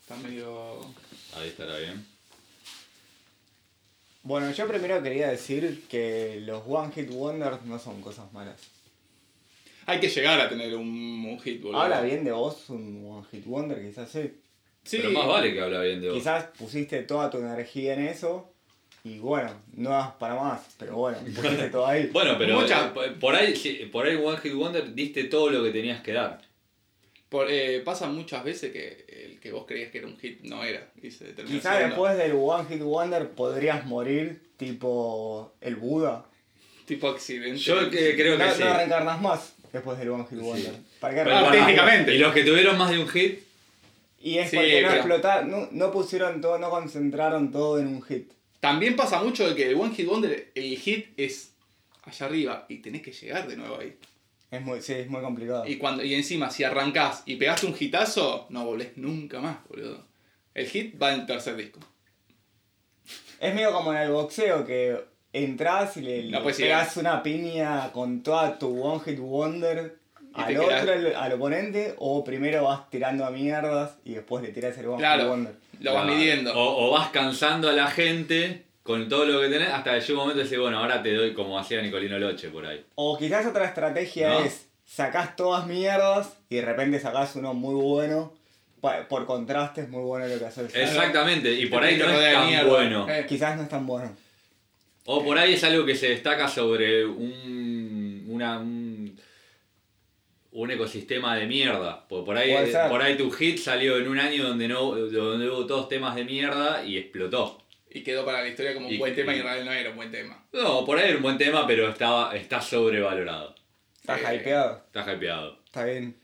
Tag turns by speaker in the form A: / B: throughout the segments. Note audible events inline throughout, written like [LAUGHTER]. A: Está medio.
B: Ahí estará bien.
C: Bueno, yo primero quería decir que los One Hit Wonders no son cosas malas.
A: Hay que llegar a tener un, un hit, boludo.
C: Habla bien de vos un One Hit Wonder, quizás sí.
A: Sí.
B: Pero más vale que habla bien de vos.
C: Quizás pusiste toda tu energía en eso y bueno, no das para más,
B: [LAUGHS]
C: pero bueno, pusiste todo ahí.
B: Bueno, pero
A: Mucha-
B: eh, por ahí sí, por ahí One Hit Wonder diste todo lo que tenías que dar.
A: Ah, Por- eh, pasa muchas veces que el que vos creías que era un hit no era. Y se termina
C: Quizás
A: siendo.
C: después del One Hit Wonder podrías morir tipo el Buda.
A: Tipo accidente.
B: Yo que creo
C: No,
B: que
C: no
B: sí.
C: reencarnas más después del One Hit Wonder. ¿Para qué
B: Pero
A: Ah,
C: reencarnas?
B: bueno,
A: técnicamente.
B: Y los que tuvieron más de un hit,
C: Y es
A: Sí,
C: porque no
A: pero-
C: explotaron, no, no pusieron todo, no concentraron todo en un hit.
A: También pasa mucho de que el One Hit Wonder, el hit es allá arriba y tenés que llegar de nuevo ahí.
C: Es muy, sí, es muy complicado.
A: Y, cuando, y encima, si arrancás y pegaste un hitazo, no volvés nunca más, boludo. El hit va en tercer disco.
C: Es medio como en el boxeo que entras y le,
A: No
C: le
A: puedes
C: pegas una piña con toda tu one hit wonder
A: Y
C: al
A: te
C: otro,
A: quedás-
C: al, al oponente, o primero vas tirando a mierdas y después le tiras el one hit
A: Claro,
C: wonder.
A: lo vas
B: la-
A: midiendo.
B: O, o vas cansando a la gente con todo lo que tenés hasta que llega un momento y decís, bueno, ahora te doy como hacía Nicolino Loche por ahí.
C: O quizás otra estrategia
B: No.
C: es sacás todas mierdas y de repente sacás uno muy bueno. Pa- Por contraste es muy bueno lo que haces.
B: Exactamente, y por
A: Te
B: ahí
A: tenés que
B: no es
A: rodear de
B: tan
A: mierda.
B: bueno.
A: Eh,
C: Quizás no es tan bueno.
B: O por ahí es algo que se destaca sobre un, una- un, un ecosistema de mierda. Por, por, ahí,
C: Puede ser.
B: por ahí tu hit salió en un año donde, no, donde hubo todos temas de mierda y explotó.
A: Y quedó para la historia como un
B: Y-
A: buen tema y
B: y-
A: en realidad no era un buen tema.
B: No, por ahí era un buen tema, pero estaba, está sobrevalorado.
C: Está
A: Eh,
C: hypeado,
B: Está hypeado.
C: está bien.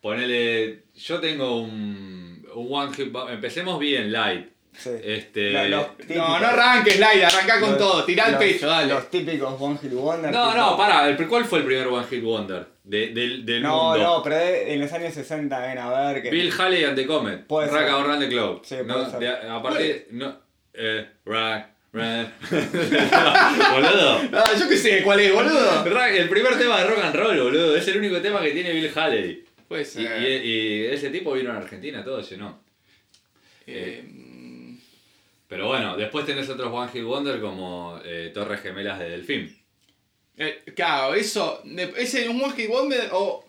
B: Ponele. Yo tengo un. un one hit. Bo- Empecemos bien, light.
C: Sí.
B: Este.
C: Lo- los
A: No,
C: típicos-
A: no arranques, Laila, arranca con
C: los-
A: todo, tirá al
C: los-
A: pecho, dale.
C: Los típicos one hit wonder.
B: No,
C: tipo-
B: no, pará. el- ¿Cuál fue el primer One Hit Wonder de- del, del
C: No,
B: mundo?
C: no, pero de- en los años 60 ven a ver que.
B: Bill Haley and the Comet.
C: Puede ser.
B: Rack around the Clock.
C: Sí,
B: no,
C: puede ser.
B: de- aparte, no. Eh, rack, rack. No, [LAUGHS] boludo.
A: Ah, yo qué sé, ¿cuál es, boludo?
B: Rack, el primer tema de rock and roll, boludo. Es el único tema que tiene Bill Haley.
A: Pues,
B: Y, y- y ese tipo vino a Argentina, todo llenó.
A: eh,
B: Pero bueno, después tenés otros One Hit Wonder como eh, Torres Gemelas de Delfín.
A: eh, claro, eso, de- ese un One Hit Wonder o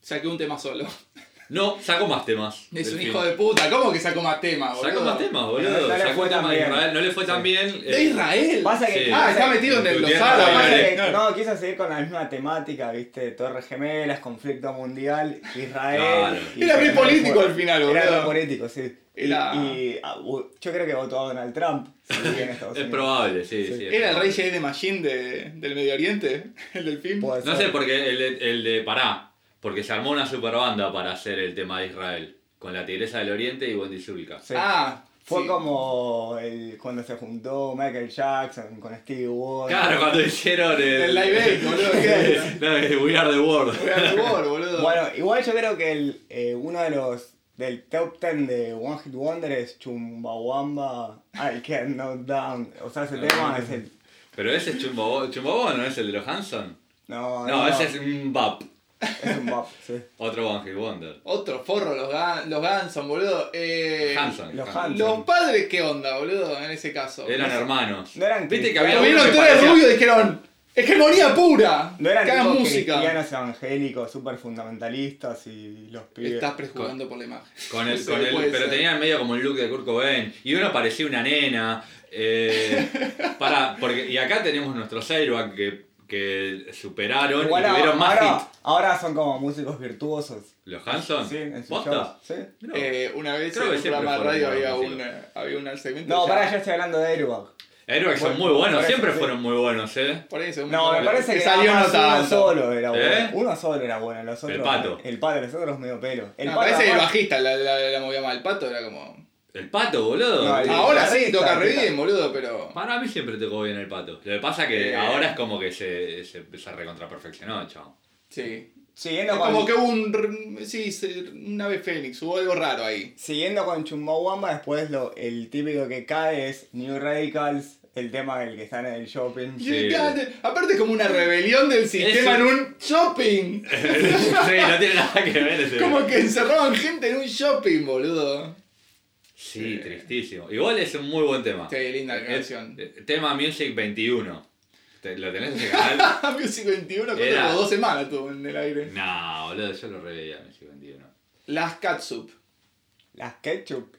A: saqué un tema solo. [LAUGHS]
B: No, sacó más temas.
A: Es un
B: Delfín.
A: hijo de puta, ¿cómo que sacó más temas, boludo?
B: Sacó más temas, boludo.
C: No le
B: Sacó
C: fue tan
B: temas de
C: bien.
B: Israel, No le fue tan
C: Sí.
B: bien.
A: De
B: eh,
A: Israel.
C: Pasa que-
B: Sí.
A: Ah, está metido en el
B: Tu tierra,
A: glosario.
C: Pasa
B: Dale,
C: que-
A: vale.
C: no, quiso seguir con la misma temática, viste, Torres Gemelas, conflicto mundial, Israel.
B: Claro.
C: y-
A: Era re político
C: fue-
A: al final,
C: Era re
A: boludo.
C: político, sí. Y,
A: Era-
C: y, ah, bu- yo creo que votó a Donald Trump. si vive en Estados
B: Es
C: Unidos.
B: probable, sí, sí.
C: Sí.
A: ¿Era
B: es
A: el
B: probable.
A: Rey J de Machine de, del Medio Oriente? [LAUGHS] ¿El del film?
C: Puede
B: No
C: ser.
B: sé, porque el de, el de Pará. Porque se armó una super banda para hacer el tema de Israel. Con la Tigresa del Oriente y Wendy Zulka.
C: Sí.
A: Ah,
C: Fue
A: sí.
C: como el, cuando se juntó Michael Jackson con Stevie Wonder.
B: Claro, cuando hicieron el.
A: El Live
B: [LAUGHS]
A: Aid, boludo, ¿qué es?
B: no, el We Are the World.
A: Fue al War, boludo.
C: [LAUGHS] Bueno, igual yo creo que el, eh, uno de los del top 10 de One Hit Wonder es Chumbawamba I Can't Knock Down. O sea, ese tema es el.
B: Pero ese es Chumbawamba, Chumbawamba, ¿no es el de los Hanson?
C: No,
B: No, ese es un Bap.
C: es
B: [LAUGHS]
C: un bop, sí.
B: Otro One Hit Wonder.
A: Otro forro, los, Ga- los Ganson, boludo. Eh,
B: Hanson.
C: los
B: Hanson.
A: Los padres, ¿qué onda, boludo? En ese caso.
B: Eran hermanos.
C: No eran
B: Viste que
C: cristianos.
B: había
A: Pero vieron
B: uno que
A: tres
B: parecía-
A: rubios y dijeron: ¡Hegemonía pura!
C: No eran
A: que hagan
C: tipos
A: música!
C: cristianos evangélicos, súper fundamentalistas y los pibes.
A: Estás prejugando por la imagen.
B: Con el,
A: Sí,
B: con el,
A: puede
B: pero
A: ser.
B: tenían medio como un look de Kurt Cobain. Y uno parecía una nena.
C: [LAUGHS]
B: Eh, para, porque, y acá tenemos nuestros Airbag que, que superaron
C: Igual
B: y tuvieron más
C: ahora,
B: hit.
C: ahora son como músicos virtuosos.
B: ¿Los Hanson?
C: Sí, en sus
B: ¿Posta?
C: shows. Sí.
B: Mirá vos.
A: Eh, una vez
B: Creo
A: en
B: que
A: un
B: siempre
A: programa de
B: fueron
A: radio
B: buenos
A: había un,
B: músicos.
A: eh, había un segmento.
C: No,
A: ya-
C: pará, yo estoy hablando de Airbag.
B: Airbags son
C: bueno,
B: muy buenos,
C: por
B: siempre
C: eso, sí.
B: fueron muy buenos, ¿eh?
A: Por ahí, según
C: No, me parece que
A: salió
C: nada
A: no
C: más uno
A: tanto.
C: solo era bueno.
B: ¿Eh?
C: Uno solo era bueno, los otros.
B: El pato.
C: El pato, los otros medio pelo. El
A: No,
C: pato
A: parece el
C: además-
A: bajista la, la, la movía mal. El pato era como.
B: El pato, boludo.
C: No, el-
A: Ahora sí,
C: guitarrista,
A: toca re
C: guitarra.
A: bien, boludo, pero.
B: Para mí siempre tocó bien el pato. Lo que pasa que
A: Eh.
B: ahora es como que se, se, se recontraperfeccionó, chao. [LAUGHS]
A: Sí.
C: Siguiendo
A: Es
C: con,
A: como que hubo un. Sí, se- un ave fénix, hubo algo raro ahí.
C: siguiendo con Chumbawamba, después lo, el típico que cae es New Radicals, el tema del que están en el shopping.
A: Y el gato- Aparte es como una rebelión del sistema
B: Eso-
A: en un shopping.
B: sí, no tiene nada que ver ese.
A: Como que encerraban gente en un shopping, boludo.
B: Sí, tristísimo. Igual es un muy buen tema.
A: Sí, linda la
B: Es-
A: canción.
B: eh, tema Music 21. ¿Te- ¿Lo tenés en ese
C: [LAUGHS]
B: canal?
A: Music 21, ¿cuánto
B: Era-
A: como dos semanas tuvo en el aire?
B: no, boludo, yo lo reveía Music 21.
A: Las Katsup.
C: Las ketchup.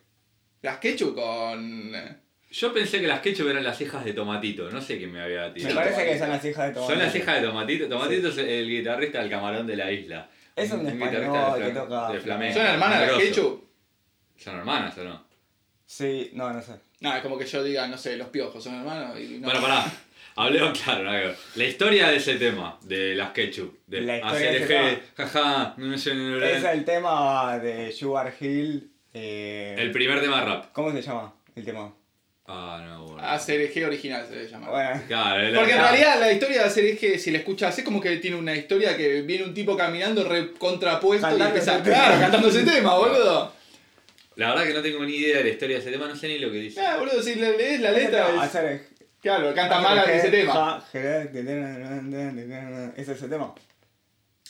A: Las Ketchup con.
B: Yo pensé que las ketchup eran las hijas de Tomatito, no sé quién me había
C: Me
A: Sí,
B: tirado.
C: parece que
A: tomatito.
C: son las hijas de todos.
B: Son las hijas de Tomatito. Tomatito es el guitarrista del camarón de la isla.
C: Es un español
B: guitarrista
C: que
B: fla-
C: toca-
B: de flamenco.
A: ¿Son hermanas las
B: grosso.
A: Ketchup?
B: ¿Son hermanas o no?
C: Sí, no, no sé.
A: No, es como que yo diga, no sé, los piojos son hermanos. Y no.
B: Bueno, pará. Hablemos claro, nada que ver. La historia de ese tema, de las ketchup. De
C: La historia
B: hacer
C: de ese
B: eje, jaja, no me sé, no, no, no.
C: Es el tema de Sugar Hill. eh,
B: El primer tema de rap.
C: ¿Cómo se llama el tema?
B: Ah, no, bueno.
A: Hacer eje original se le llama.
C: Bueno,
B: Claro, el-
A: Porque en realidad la historia de hacer eje, si la escuchas, es como que tiene una historia que viene un tipo caminando re contrapuesto y
C: Cantando
A: empieza
C: ese tema.
A: [LAUGHS] claro, cantando ese tema, boludo.
B: La verdad que no tengo ni idea de la historia de ese tema, no sé ni lo que dice.
A: Claro, Eh, boludo, si le lees la letra, es-
C: hacer
A: claro, canta mal ese tema.
C: Ese es el tema.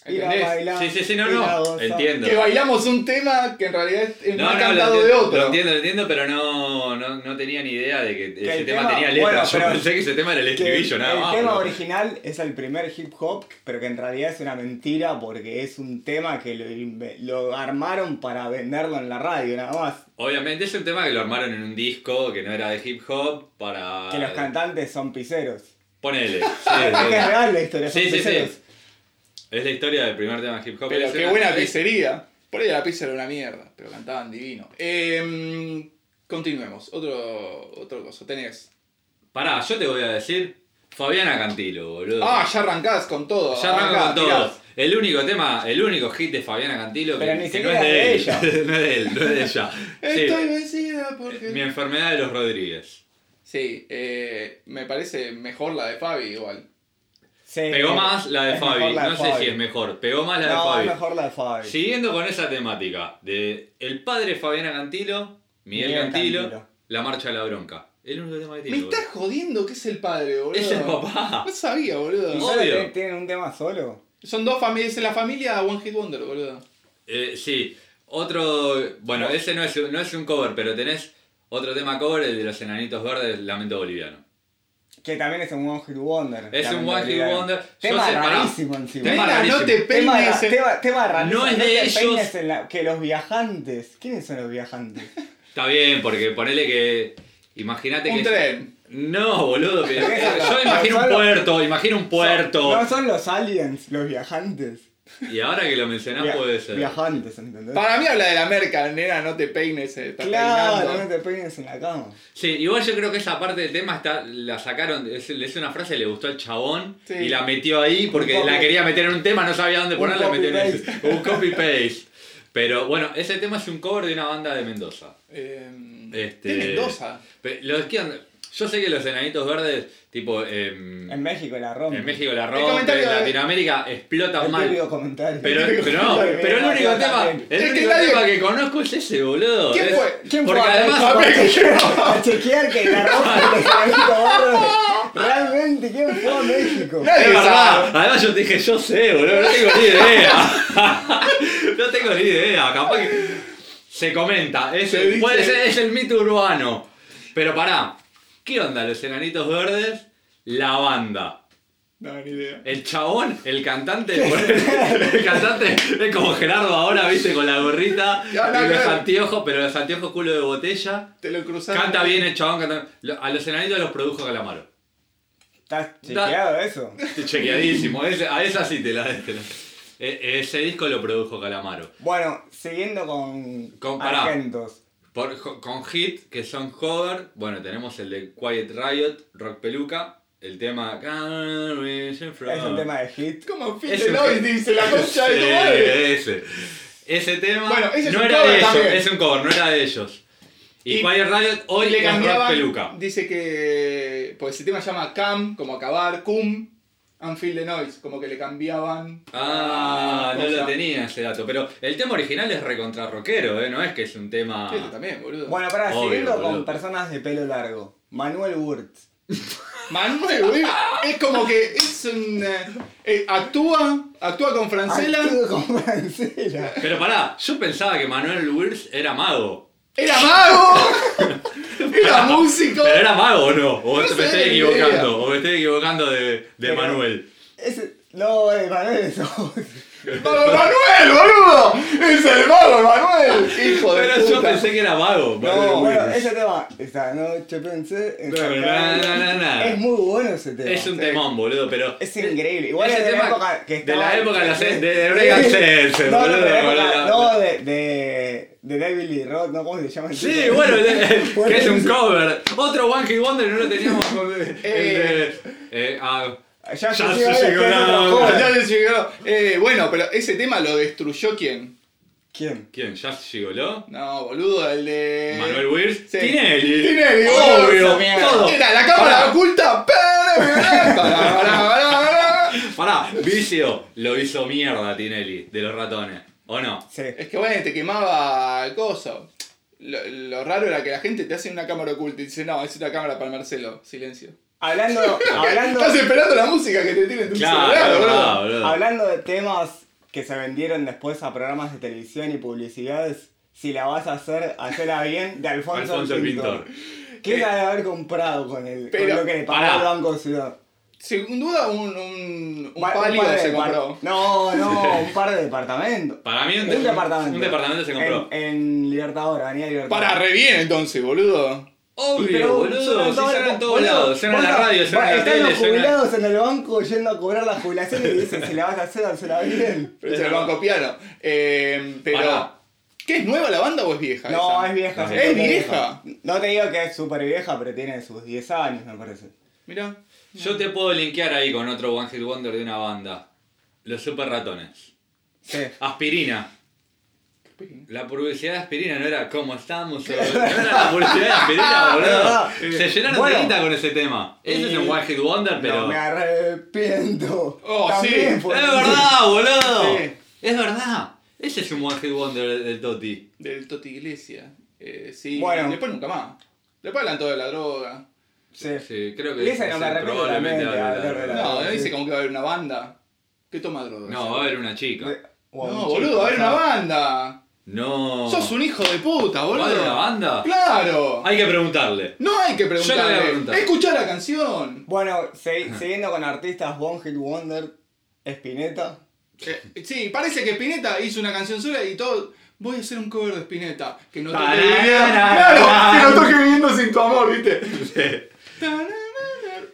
A: ¿Entendés?
B: Sí, sí, sí, no, no. Entiendo.
A: Que bailamos un tema que en realidad es es más cantado
B: enti-
A: de
B: Lo
A: otro.
B: entiendo, lo entiendo, pero no, no, no tenía ni idea de que, ese
C: el
B: tema,
C: tema-
B: tenía letra.
C: bueno,
B: Yo
C: pero-
B: pensé que ese tema era el
C: Que
B: estribillo,
C: el,
B: nada
C: el
B: más.
C: tema
B: pero-
C: original es el primer hip hop, pero que en realidad es una mentira porque es un tema que lo, inve- lo armaron para venderlo en la radio, nada más.
B: Obviamente es un tema que lo armaron en un disco que no era de hip hop para.
C: Que los cantantes son piseros. [LAUGHS]
B: Ponele. Sí,
C: Es que es
B: sí.
C: real la historia, son
B: Sí, sí, sí.
C: piseros.
B: Es la historia del primer tema de hip hop.
A: Pero
B: Es
A: qué
B: una-
A: buena
B: es-
A: pizzería. Por ahí la pizza era una mierda, pero cantaban divino. Em, continuemos. Otro, otro cosa. Tenés.
B: Pará, yo te voy a decir. Fabiana Cantilo, boludo.
A: Ah, ya arrancás con todo.
B: Ya arranco
A: arrancás,
B: con todos.
A: tirás.
B: El único tema, el único hit de Fabiana Cantilo que,
C: Pero ni
B: que no
C: siquiera
B: es de
C: es de
B: él. [LAUGHS] no es de él, no es de ella. Sí.
A: Estoy vencida porque.
B: Mi enfermedad de los Rodríguez.
A: Sí, eh, me parece mejor la de Fabi igual.
C: Sí,
B: Pegó más la de
C: Eh, es
B: Fabi.
C: mejor la de
B: no sé
C: Fabi.
B: si es mejor. Pegó más la de
C: No,
B: Fabi.
C: es mejor la de Fabi.
B: Siguiendo con esa temática de el padre Fabiana Cantilo, Miguel,
C: Miguel
B: Cantilo,
C: Cantilo.
B: la marcha de la bronca. El único tema
A: Me
B: que tiene. boludo.
A: estás jodiendo que es el padre, boludo.
B: Es el papá.
A: No sabía, boludo.
C: ¿Y
B: No.
C: solo
B: obvio.
C: te- tienen un tema solo?
A: Son dos familias, es la familia One Hit Wonder, boludo.
B: Eh, sí. Otro. Bueno, ese no es, no es un cover, pero tenés otro tema cover, el de los enanitos verdes, Lamento Boliviano.
C: Que también es un One Hit Wonder.
B: Es un One Hit
C: lamentablemente.
B: Wonder. Yo
C: Tema
B: sé, pará.
C: rarísimo encima.
A: Nena,
B: Tema
A: no
B: rarísimo.
A: te
C: Tema, ra-
A: peines.
C: tema, tema rarísimo.
B: No es de
C: te
B: ellos.
C: peines en la- que los viajantes. ¿Quiénes son los viajantes?
B: Está bien, porque ponele que. Imagínate que.
A: Un tren.
B: No, boludo,
C: [LAUGHS]
B: pero.
C: Pero eso no,
B: yo imagino un
C: solo-
B: puerto, imagino un puerto.
C: No son los aliens, los viajantes.
B: Y ahora que lo mencionás
C: Via-
B: puede ser.
C: Viajantes, ¿entendés?
A: Para mí habla de la merca, nena, no te peines, eh, estás
C: claro, no
A: peinando.
C: te peines en la cama.
B: Sí, igual yo creo que esa parte del tema está, la sacaron, es, es una frase que le gustó al chabón
A: Sí.
B: y la metió ahí porque
C: Un copy-
B: la quería meter en un tema, no sabía dónde
C: Un
B: ponerla, metió en ese-
C: copy-paste.
B: un copy paste. Pero bueno, ese tema es un cover de una banda de Mendoza.
A: Eh,
B: Este,
A: de Mendoza.
B: Pe- los que andan- yo sé que los enanitos verdes, tipo em,
C: En México la rompen.
B: en México la
A: El
B: rompen,
A: comentario
B: en
A: de-
B: Latinoamérica explotan
C: El
B: mal.
C: típico comentario.
B: Pero, pero no,
C: comentario
B: pero el
C: de
B: único
C: Mendoza
B: tema,
C: también.
B: el
A: Es que
B: único
A: nadie-
B: tema que conozco es ese, boludo.
A: ¿Quién
B: Es-
A: fue?
C: ¿Quién
B: porque
C: fue?
B: además [LAUGHS]
C: A chequear que la rompen los enanitos verdes. Realmente, ¿quién fue a México?
A: Nadie
B: Es verdad.
A: sabe.
B: Además yo te dije, yo sé, boludo, no tengo ni idea. [LAUGHS] no tengo ni idea, capaz que se comenta, es,
A: Se dice-
B: puede ser, es el mito urbano. Pero pará, ¿qué onda los enanitos verdes? La banda.
A: No, ni idea.
B: El chabón, el cantante, [LAUGHS] el cantante es como Gerardo ahora, viste, con la gorrita y
A: Ya, no,
B: los
A: claro.
B: anteojos, pero los anteojos culo de botella.
A: Te lo cruzaste.
B: Canta bien el chabón, canta lo- A los enanitos los produjo Calamaro. Este
C: ¿Estás chequeado eso?
B: Chequeadísimo, ese- a esa sí te la, te la- E- Ese disco lo produjo Calamaro.
C: Bueno, siguiendo con,
B: Con- pará.
C: Argentos.
B: Por- jo- con hit, que son cover, bueno, tenemos el de Quiet Riot, Rock Peluca, el tema... Es
C: Es un tema de hit.
A: Como Phil
B: Ese-
A: Deloitte dice la concha de tu
B: Sí,
A: madre.
B: Ese. Ese tema
A: Bueno, ese es
B: no
A: un
B: era
A: cover
B: de ellos,
A: también.
B: es un cover, no era de ellos. Y,
A: Y-
B: Quiet Riot hoy
A: le
B: le cambió
A: cambiaban,
B: peluca.
A: dice que, pues ese tema se llama Cam, como acabar, Cum, and Feel the Noise, como que le cambiaban.
B: Ah, no
A: cosa.
B: lo tenía ese dato. Pero el tema original es recontra rockero, ¿eh? No es que es un tema.
A: Sí, eso también, boludo.
C: Bueno, pará,
B: Obvio,
C: siguiendo
B: boludo.
C: con personas de pelo largo. Manuel Wurtz.
A: Manuel, boludo, es como que es un... eh, eh, actúa, actúa con Francela.
C: Actúa con Francela.
B: Pero pará, yo pensaba que Manuel Wirtz era mago.
A: ¡Era mago! [LAUGHS] ¡Era músico!
B: ¿Pero era mago o no? O
A: No
B: te- me
A: sé,
B: estoy
A: ni idea.
B: equivocando, o me estoy equivocando de, de
C: Pero-
B: Manuel.
C: Ese- no, eh, Manuel es otro.
A: ¡Mago Manuel, boludo! ¡Es el mago Manuel! ¡Hijo de
B: Pero
A: puta!
B: yo pensé que era mago.
A: No,
B: Manuel
C: Bueno,
B: Willis.
C: ese tema, esta noche pensé en
B: No, no,
C: sacar-
B: no, no, no.
C: Es muy bueno ese tema.
B: es un temón, boludo, pero.
C: Es increíble. Igual
B: Ese
C: es de la
B: tema-
C: época que
B: de
C: estaba...
B: la época de la se- de- de Bregan Seltzer,
C: No, no,
B: boludo,
C: de la época,
B: boludo.
C: no, de, de, de David Lee Roth, ¿no? ¿Cómo se llama? el
B: Sí,
C: tipo?
B: bueno,
A: [LAUGHS]
B: el- el-
C: [LAUGHS] Bueno,
B: que es un
C: ese-
B: cover. Otro One Hit Wonder no lo teníamos con. el
A: [LAUGHS] Eh.
B: de- eh, ah, Ya
C: Ya, se
B: se
C: llegó,
B: llegó
C: la-
B: la-
C: la- la-
A: Ya les llegó. Eh, bueno, pero ese tema lo destruyó quién?
C: ¿Quién?
B: ¿Quién? ¿Jazz Gigoló?
A: No, boludo, el de.
B: ¿Manuel Wills?
A: Eh, sí.
B: Tinelli.
A: Tinelli,
B: Obvio,
C: esa mierda.
B: todo.
A: Era la cámara
B: Pará.
A: oculta. Pará, pará, pará, pará.
B: Pará, Vicio lo hizo mierda Tinelli de los ratones. ¿O no?
C: Sí.
A: Es que bueno, te quemaba el coso. Lo, lo raro era que la gente te hace una cámara oculta y dice, no, es una cámara para Marcelo. Silencio.
C: Hablando,
B: [LAUGHS]
C: hablando,
A: Estás esperando la música que te tiene en tu celular,
B: Claro,
A: boludo.
B: boludo, boludo.
C: hablando de temas que se vendieron después a programas de televisión y publicidades, si la vas a hacer, hacela bien, de Alfonso,
B: Alfonso
C: el
B: el
C: Pintor. ¿Qué la de haber comprado con, el, con
A: Pero-
C: lo que le pagó
B: pará.
C: el Banco Ciudad?
A: Sin duda un, un, un
C: Ba-
A: pálido
C: par de
A: se
C: depar-
A: compró.
C: No, no, un par de departamentos.
B: Para mí, un,
C: Un
B: de-
C: departamento.
B: un departamento se compró.
C: En, en Libertador, Avenida Libertador.
A: Para re bien entonces, boludo.
B: Obvio,
C: Pero
B: boludo. Si suena en todos lados. Suena en la
C: boludo,
B: radio, suena en la
C: están
B: tele,
C: los
B: suena.
C: jubilados en el banco yendo a cobrar la jubilación y dicen si la vas a hacer, hazla bien.
A: Pero es
B: Es
A: el
B: verdad.
A: banco piano. Eh, pero.
B: Pará.
A: ¿Qué es nueva la banda o es vieja?
C: No,
A: esa?
C: es vieja.
B: No.
C: se
A: ¿Es
C: nota
A: vieja?
C: No te digo que es súper vieja, pero tiene sus 10 años, me parece.
A: Mirá.
B: Yo te puedo linkear ahí con otro One Hit Wonder de una banda. Los Super Ratones.
C: Sí.
A: Ah,
B: Aspirina. La publicidad de aspirina no era como
C: [LAUGHS]
B: estamos. o- No era la publicidad de aspirina,
C: Ah,
B: boludo. Se llenaron
C: Bueno.
B: de guita con ese tema. Ese es un One Hit Wonder, pero.
C: No, me arrepiento.
A: Oh,
C: También
A: sí.
C: fue-
B: ¡Es verdad, boludo!
A: Sí.
B: ¡Es verdad! Ese es un One Hit Wonder del- del Toti.
A: Del Toti Iglesia. Eh, sí.
C: Bueno.
A: Después nunca más. Después hablan todo de la droga.
C: Sí.
B: Sí, creo que
C: Lisa no
B: es
C: me arrepiento
B: probablemente
C: también de
B: habla de
C: hablar de
B: la-
C: la-
A: No,
C: sí.
A: dice como que va a haber una banda. ¿Qué toma droga?
B: No, va a haber una chica.
C: Wow,
A: No,
C: chico,
A: boludo, va a haber una
C: o sea,
A: banda.
B: No.
A: Sos un hijo de puta,
B: ¿Va a haber
A: boludo.
B: una banda?
A: ¡Claro!
B: Hay que preguntarle.
A: No hay que
B: Yo le voy a
A: preguntarle.
B: preguntar.
A: Escuchá la canción.
C: Bueno, se- siguiendo con artistas, One Hit Wonder, Spinetta.
A: Eh, sí, parece que Spinetta hizo una canción sola y todo. Voy a hacer un cover de Spinetta. Que no toque
B: Tararara.
A: viviendo. Claro, que no toque viviendo sin tu amor, viste. Tararara,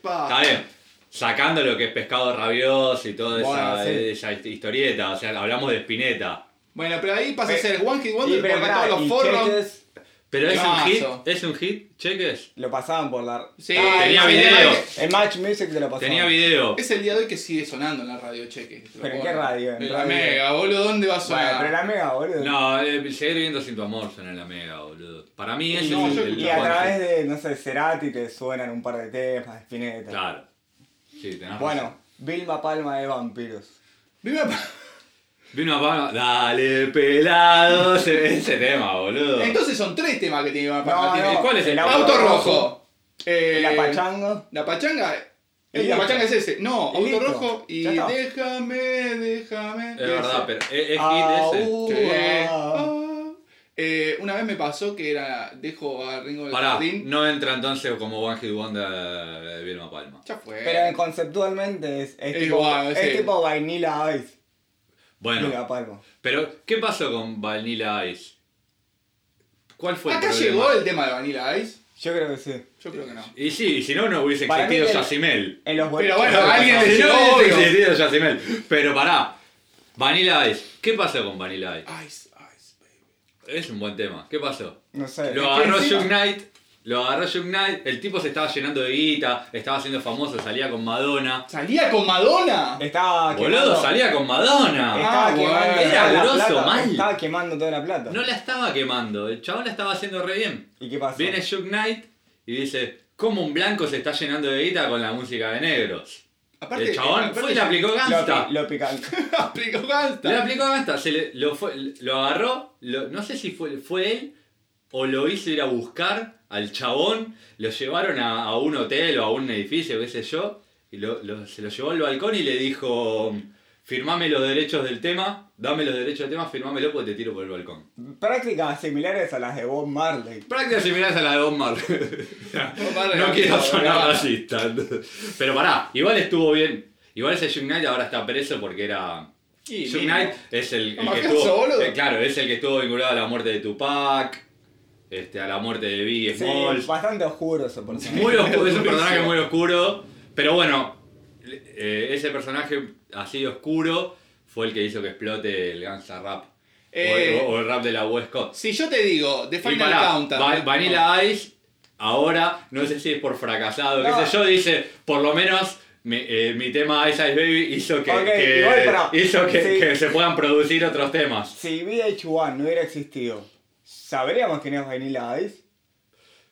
A: pa.
B: [LAUGHS] Está bien. Sacando lo que es pescado rabioso y toda esa,
C: Bueno, sí.
B: esa historieta. O sea, hablamos de Spinetta.
A: Bueno, pero ahí pasa a
C: Pe-
A: ser One Hit Wonder
C: Y pero
A: porque
C: pará,
A: todos los
C: y
A: forros.
C: Chetes
B: Pero es un hit.
A: Temazo.
B: Es un hit. Cheques.
C: lo pasaban por la.
A: Sí,
B: tenía
A: el-
B: video.
C: En Match Music te lo pasaban.
B: Tenía video.
A: Es el día de hoy que sigue sonando en la radio cheque.
C: ¿Pero en qué radio? ¿En
A: En la
C: radio?
A: mega, boludo, ¿dónde va a
C: Bueno,
A: sonar?
C: pero la mega, boludo.
B: No, eh, seguir viviendo sin tu amor suena en la mega, boludo. Para mí ese
A: No,
B: es
A: yo
B: el, el
C: Y
A: la
C: a
B: One
C: través
B: Hit.
C: de, no sé, Cerati te suenan un par de temas, Spinetta.
B: Claro. Sí, tenés razón.
C: Bueno, Vilma Palma de Vampiros.
A: Viva pa- [LAUGHS]
B: Vino a pagar. Dale, pelado. [LAUGHS] Ese, ese tema, boludo.
A: Entonces son tres temas que tiene Viva
C: No,
A: Palma. Tiene
C: no,
B: ¿Cuál es el
A: el
B: auto
A: auto rojo. Eh,
C: La Pachanga.
A: La pachanga. eh,
C: El
A: la
C: disco.
A: pachanga es ese. No,
C: El
A: auto
C: disco.
A: rojo y
C: Ya está.
A: déjame, déjame.
B: es verdad, pero es, es hit
C: Ah,
B: ese.
C: uh,
A: Sí.
C: ah.
A: Ah. Eh, una vez me pasó que era. Dejo a Ringo del
B: Pará,
A: Jardín.
B: no entra entonces como One Hit Wonder eh, de Vilma Palma.
A: Ya fue.
C: Pero conceptualmente es, es
A: Es
C: tipo,
A: igual,
C: es
A: sí.
C: tipo Vanilla Ice,
B: Bueno,
C: Vilma Palma.
B: pero ¿qué pasó con Vanilla Ice? ¿Cuál fue
A: Acá
B: el problema?
A: llegó el tema de Vanilla Ice.
C: Yo creo que sí.
A: Yo creo que no.
B: Y sí, si no, no hubiese
C: Para mí
B: existido
C: el-
B: Yacimel.
C: En los
A: Pero
C: boliches
A: bueno,
C: lo
A: alguien
C: pasaban.
A: le-
B: Si no
A: obvio.
B: hubiese existido Yacimel. Pero pará, Vanilla Ice. ¿Qué pasó con Vanilla Ice?
A: Ice, Ice, baby.
B: Es un buen tema. ¿Qué pasó?
C: No sé.
B: Lo agarró
A: encima-
B: Shook Knight. Lo agarró Shook Knight. El tipo se estaba llenando de guita. Estaba siendo famoso. Salía con Madonna.
A: ¿Salía con Madonna?
C: Estaba
B: Boludo,
C: quemando-
B: salía con Madonna.
C: Estaba
A: Ah,
C: quemando
A: bueno.
C: toda
B: Era
C: la
B: grosso,
C: plata,
B: mal.
C: Estaba quemando toda la plata.
B: No la estaba quemando. El chabón la estaba haciendo re bien.
C: ¿Y qué pasó?
B: Viene Shook Knight y dice: ¿Cómo un blanco se está llenando de guita con la música de negros? el chabón
A: aparte-
B: fue y
A: [LAUGHS]
B: le aplicó
C: eh, lo,
B: gangsta.
C: pi- lo picante.
A: aplicó
B: Le
A: Gangsta.
B: aplicó gangsta. Se le- lo, fue- lo agarró. lo- no sé si fue, fue él o lo hizo ir a buscar al chabón. Lo llevaron a, a un hotel o a un edificio, qué sé yo. Y lo, lo- se lo llevó al balcón y le dijo: firmame los derechos del tema, dame los derechos del tema, firmámelo porque te tiro por el balcón.
C: [LAUGHS] Prácticas similares a las de Bob Marley.
B: Prácticas similares a la de Bob Marley. [LAUGHS]
A: Bob Marley
B: no
A: no
B: quiero
A: quiso,
B: sonar
A: claro.
B: racista. Pero pará, igual estuvo bien. Igual ese Jung Knight ahora está preso porque era...
A: Y
B: Jung
A: mínimo.
B: Knight es el,
A: No
B: el que
A: más
B: estuvo...
A: caso, boludo.
B: eh, claro, es el que estuvo vinculado a la muerte de Tupac, este, a la muerte de Biggie
C: Sí,
B: Smalls.
C: bastante oscuro ese personaje.
B: Muy oscuro, es un personaje muy oscuro, pero bueno, eh, ese personaje así oscuro fue el que hizo que explote el Gangsta Rap. O-
A: Eh.
B: o, o el rap de la West Coast.
A: Si yo te digo The
B: Y
A: Final
B: pará,
A: Countdown.
B: Va- Vanilla Ice, ahora, no sé si es por fracasado,
C: No.
B: qué sé yo, dice, por lo menos mi, eh, mi tema Ice Ice Baby hizo que,
C: Ok,
B: que-
C: igual, pará.
B: hizo que,
C: Sí.
B: que se puedan producir otros temas.
C: Si VH1 no hubiera existido, ¿sabríamos quién es Vanilla Ice?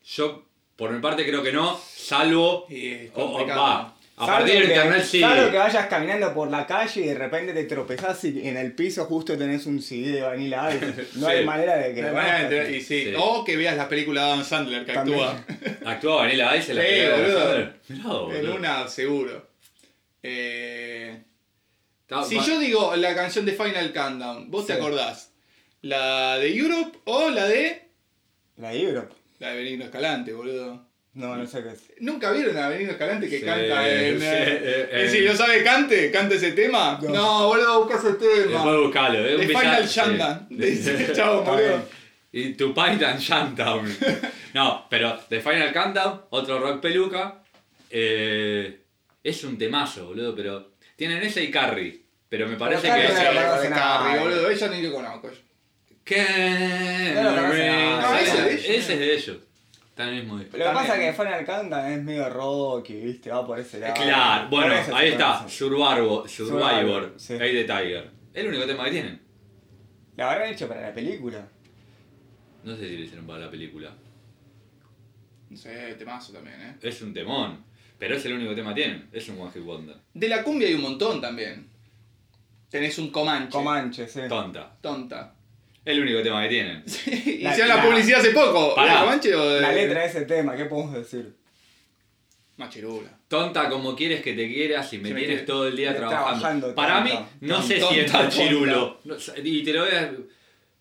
B: Yo, por mi parte, creo que no, salvo...
A: Y es
B: o- o-
A: complicado.
B: va, a
C: Salvo
B: partir de
C: que-
B: internet sí.
C: Salvo que vayas caminando por la calle y de repente te tropezás y en el piso justo tenés un CD de Vanilla Ice. No
B: Sí.
C: hay manera de que...
A: La
C: lo
A: manera de
C: conozcas.
A: entender- y sí.
B: Sí.
A: O que veas la película de Adam Sandler que
C: También.
A: actúa
B: Actuaba Vanilla Ice en la
A: Sí,
B: película de
A: boludo.
B: Alexander. Mirá, boludo.
A: en una, seguro. Eh,
B: Está-
A: si
B: Ah, va-
A: yo digo la canción de Final Countdown, ¿vos te
C: Sí.
A: acordás? ¿La de Europe o la de.
C: La de Europe.
A: La de Benigno Escalante, boludo?
C: No, no sé qué es.
A: ¿Nunca vieron a Benigno Escalante que
B: Sí,
A: canta en.
B: sí,
A: eh,
B: eh,
A: y si
B: eh.
A: no sabe cante, canta ese tema. No,
C: No.
A: boludo, busca ese
B: Después
A: tema.
B: buscalo, es
A: The
B: un
A: Final
B: bizarro- [LAUGHS]
A: Shandan. [LAUGHS] Dice,
B: Sí.
A: chavo,
C: Está
A: boludo.
C: bien.
B: Y tu Python Shandown.
C: [LAUGHS]
B: No, pero The Final Countdown, otro rock peluca. eh, es un temazo, boludo, pero. Tienen ese y Carrie. Pero me parece
C: Carrie
B: que
A: Ese
C: no
B: ese.
C: era
A: es
C: para-
A: el de
C: nada.
A: Carrie, boludo. Ella ni lo conozco. yo.
B: Carrie.
C: No lo conoce nada.
A: No, ese es de ellos.
B: Ese es de ellos. Está en el mismo disco.
C: eh. Lo que pasa
A: También.
C: es que Final Countdown es medio rocky, ¿viste? Va por ese lado.
B: Claro, bueno,
C: Por eso
B: ahí
C: se
B: está.
C: conoce.
B: Survivor, Survivor,
C: Survivor, sí.
B: Eye the Tiger. Es el único tema que tienen.
C: La habrán hecho para la película.
B: No sé si lo hicieron para la película.
A: No sé, temazo también, eh.
B: Es un temón. Pero es el único tema que tienen. Es un One Hit Wonder.
A: De la cumbia hay un montón también. Tenés un Comanche.
C: Comanche, sí.
B: Tonta.
A: Tonta.
B: El único tema que tienen.
A: [LAUGHS] Hicieron
C: La-
A: la,
C: la-
A: publicidad hace poco.
B: Pará.
A: ¿De Comanche o de.?
C: La letra de ese tema, ¿qué podemos decir?
A: Machirula.
B: Tonta como quieres que te quieras y me
A: Si me
B: tienes
A: quieres-
B: todo el día
C: Estoy
B: trabajando.
C: trabajando,
B: Para mí,
C: tonta.
B: no sé
A: Tonta,
B: si está
A: tonta.
B: chirulo. No sé, Y te lo voy a...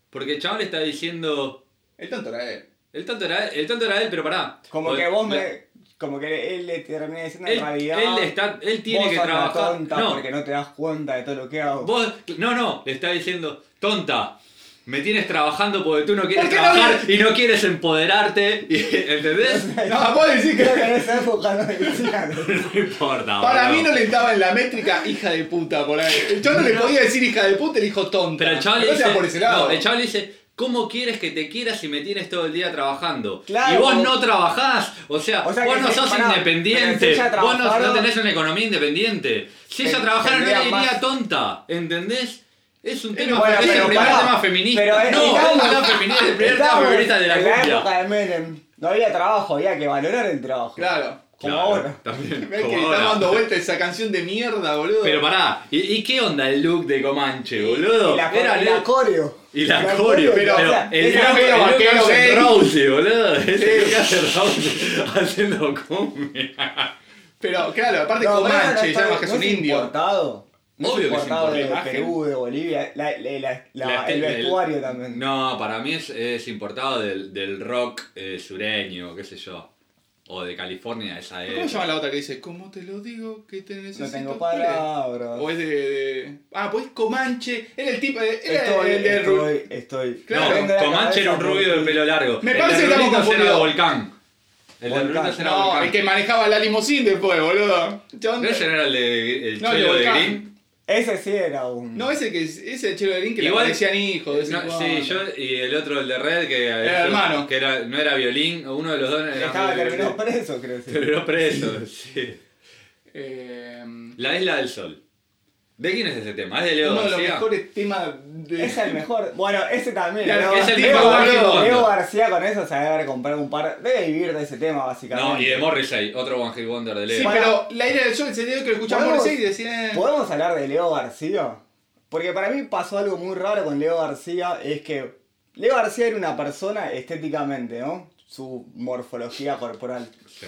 B: Porque el chabón le está diciendo...
A: El tonto era él.
B: El tonto era él, el tonto era él pero pará.
C: Como
B: Porque
C: que vos
B: la-
C: me. Como que él le termina diciendo
B: Él,
C: en realidad.
B: él está, él tiene
C: vos
B: que
C: sos una
B: trabajar.
C: tonta
B: no,
C: porque no te das cuenta de todo lo que hago.
B: vos, no, no, le está diciendo, tonta, me tienes trabajando porque tú no quieres
A: ¿Por qué no
B: trabajar
A: me-
B: y no quieres empoderarte. y- [LAUGHS]
A: [LAUGHS]
B: ¿Entendés?
A: No, vos decís
C: [LAUGHS] Creo que
A: que.
C: en esa época
B: [LAUGHS]
C: no decían.
B: No importa.
A: Para
B: boludo.
A: mí no le estaba en la métrica hija de puta por ahí. El chaval no le podía decir hija de puta, le dijo tonta.
B: Pero el chaval le
A: No sea
B: dice,
A: por ese lado.
B: no, el chaval le dice, ¿cómo quieres que te quieras si me tienes todo el día trabajando?
C: Claro.
B: Y vos no trabajás, o sea,
C: O sea
B: vos
C: que
B: no
C: si-
B: sos
C: pará,
B: independiente,
C: pero si ella
B: vos no, no
C: trabajara-
B: tenés una economía independiente. Si ella
C: Ten-
B: trabajara no le
C: tendría
B: diría
C: más- Eh,
B: tonta, ¿entendés? Es un tema,
A: bueno,
B: es
A: pero
B: el primer
A: pará,
B: tema feminista.
C: pero es-
B: no,
C: estamos-
B: es el tema feminista, es el
C: [LAUGHS]
B: primer tema
C: Estábamos
B: feminista de la
C: en la
B: cumbia.
C: época de Menem. No había trabajo, había que valorar el trabajo.
A: Claro.
C: Como
B: Claro,
C: ahora. [LAUGHS]
B: También,
A: Ves
B: como
A: que le
B: ahora.
A: está dando vuelta esa canción de mierda, boludo.
B: Pero pará, ¿y, y qué onda el look de Comanche, boludo?
C: Y la,
B: Era
C: y la
B: look-
C: coreo.
B: Y la, coreo, pero,
C: o sea,
B: el
C: esa-
A: gran-
B: loco- el
A: vaquero
B: loco
A: vaquero
B: hace
A: gay.
B: Rousey, boludo. Ese loco hace Rousey [LAUGHS] haciendo cumbia.
A: Pero claro, aparte
C: No, bueno,
A: Comanche, ya
C: no está-
A: más que es
C: no
A: un indio.
C: Importado. No
B: Obvio que es
C: importado de
A: importado.
C: Perú, de Bolivia, la- la- la- la-
B: La- [LAUGHS]
C: el
B: el-
C: vestuario también.
B: No, para mí es, es importado del, del rock eh, sureño, qué sé yo. O de California, esa es.
A: ¿Cómo se llama la otra que dice, ¿cómo te lo digo que te necesito?
C: No tengo
A: ¿Cuál es?
C: palabras.
A: O es de, de- Ah, pues Comanche. Era el tipo. de- Era
C: Estoy,
A: el de Ru-
C: estoy, estoy.
A: Claro.
C: Tengo la
B: no, Comanche
C: cabeza
B: era un rubio de pelo largo.
A: Me
B: el
A: parece
B: del
A: que estamos
B: Rulitos era
A: confundidos.
B: Volcán. El del
C: Volcán.
B: Rulitos era
A: No,
B: Volcán.
A: el que manejaba la limusín después, boludo. Chabón-
B: ¿No ese no era el de el
A: No, el
B: chelo de
A: Volcán.
B: Green?
C: Ese sí era un.
A: No, ese que ese chelo de Link que
B: Igual-
A: le decían hijo. De vez en
B: Eh, No,
A: cuando.
B: sí, yo y el otro, el de Red, que eh,
A: Era hermano.
B: que era, no era violín, uno de los dos era
C: Estaba terminado
B: preso.
C: preso, creo. sí.
B: [LAUGHS] Terminó preso, sí.
A: Eh,
B: La isla del sol. ¿De quién es ese tema? ¿Es de Leo
A: uno de los
B: García?
A: mejores temas de.
C: Es el mejor. Bueno, ese también.
A: Claro,
C: Leo
A: que es el
C: García,
A: mismo
C: Leo-
B: García.
C: Leo García con eso se debe haber comprado un par. Debe vivir de ese tema, básicamente.
B: No, y de Morrissey, otro One Hit Wonder de Leo.
A: Sí,
C: Para-
A: pero la idea del show se dio que lo escuchaba
C: ¿Podemos-
A: Morrissey y eh, decían.
C: ¿Podemos hablar de Leo García? Porque para mí pasó algo muy raro con Leo García, es que Leo García era una persona estéticamente, ¿no? Su morfología corporal.
B: Sí.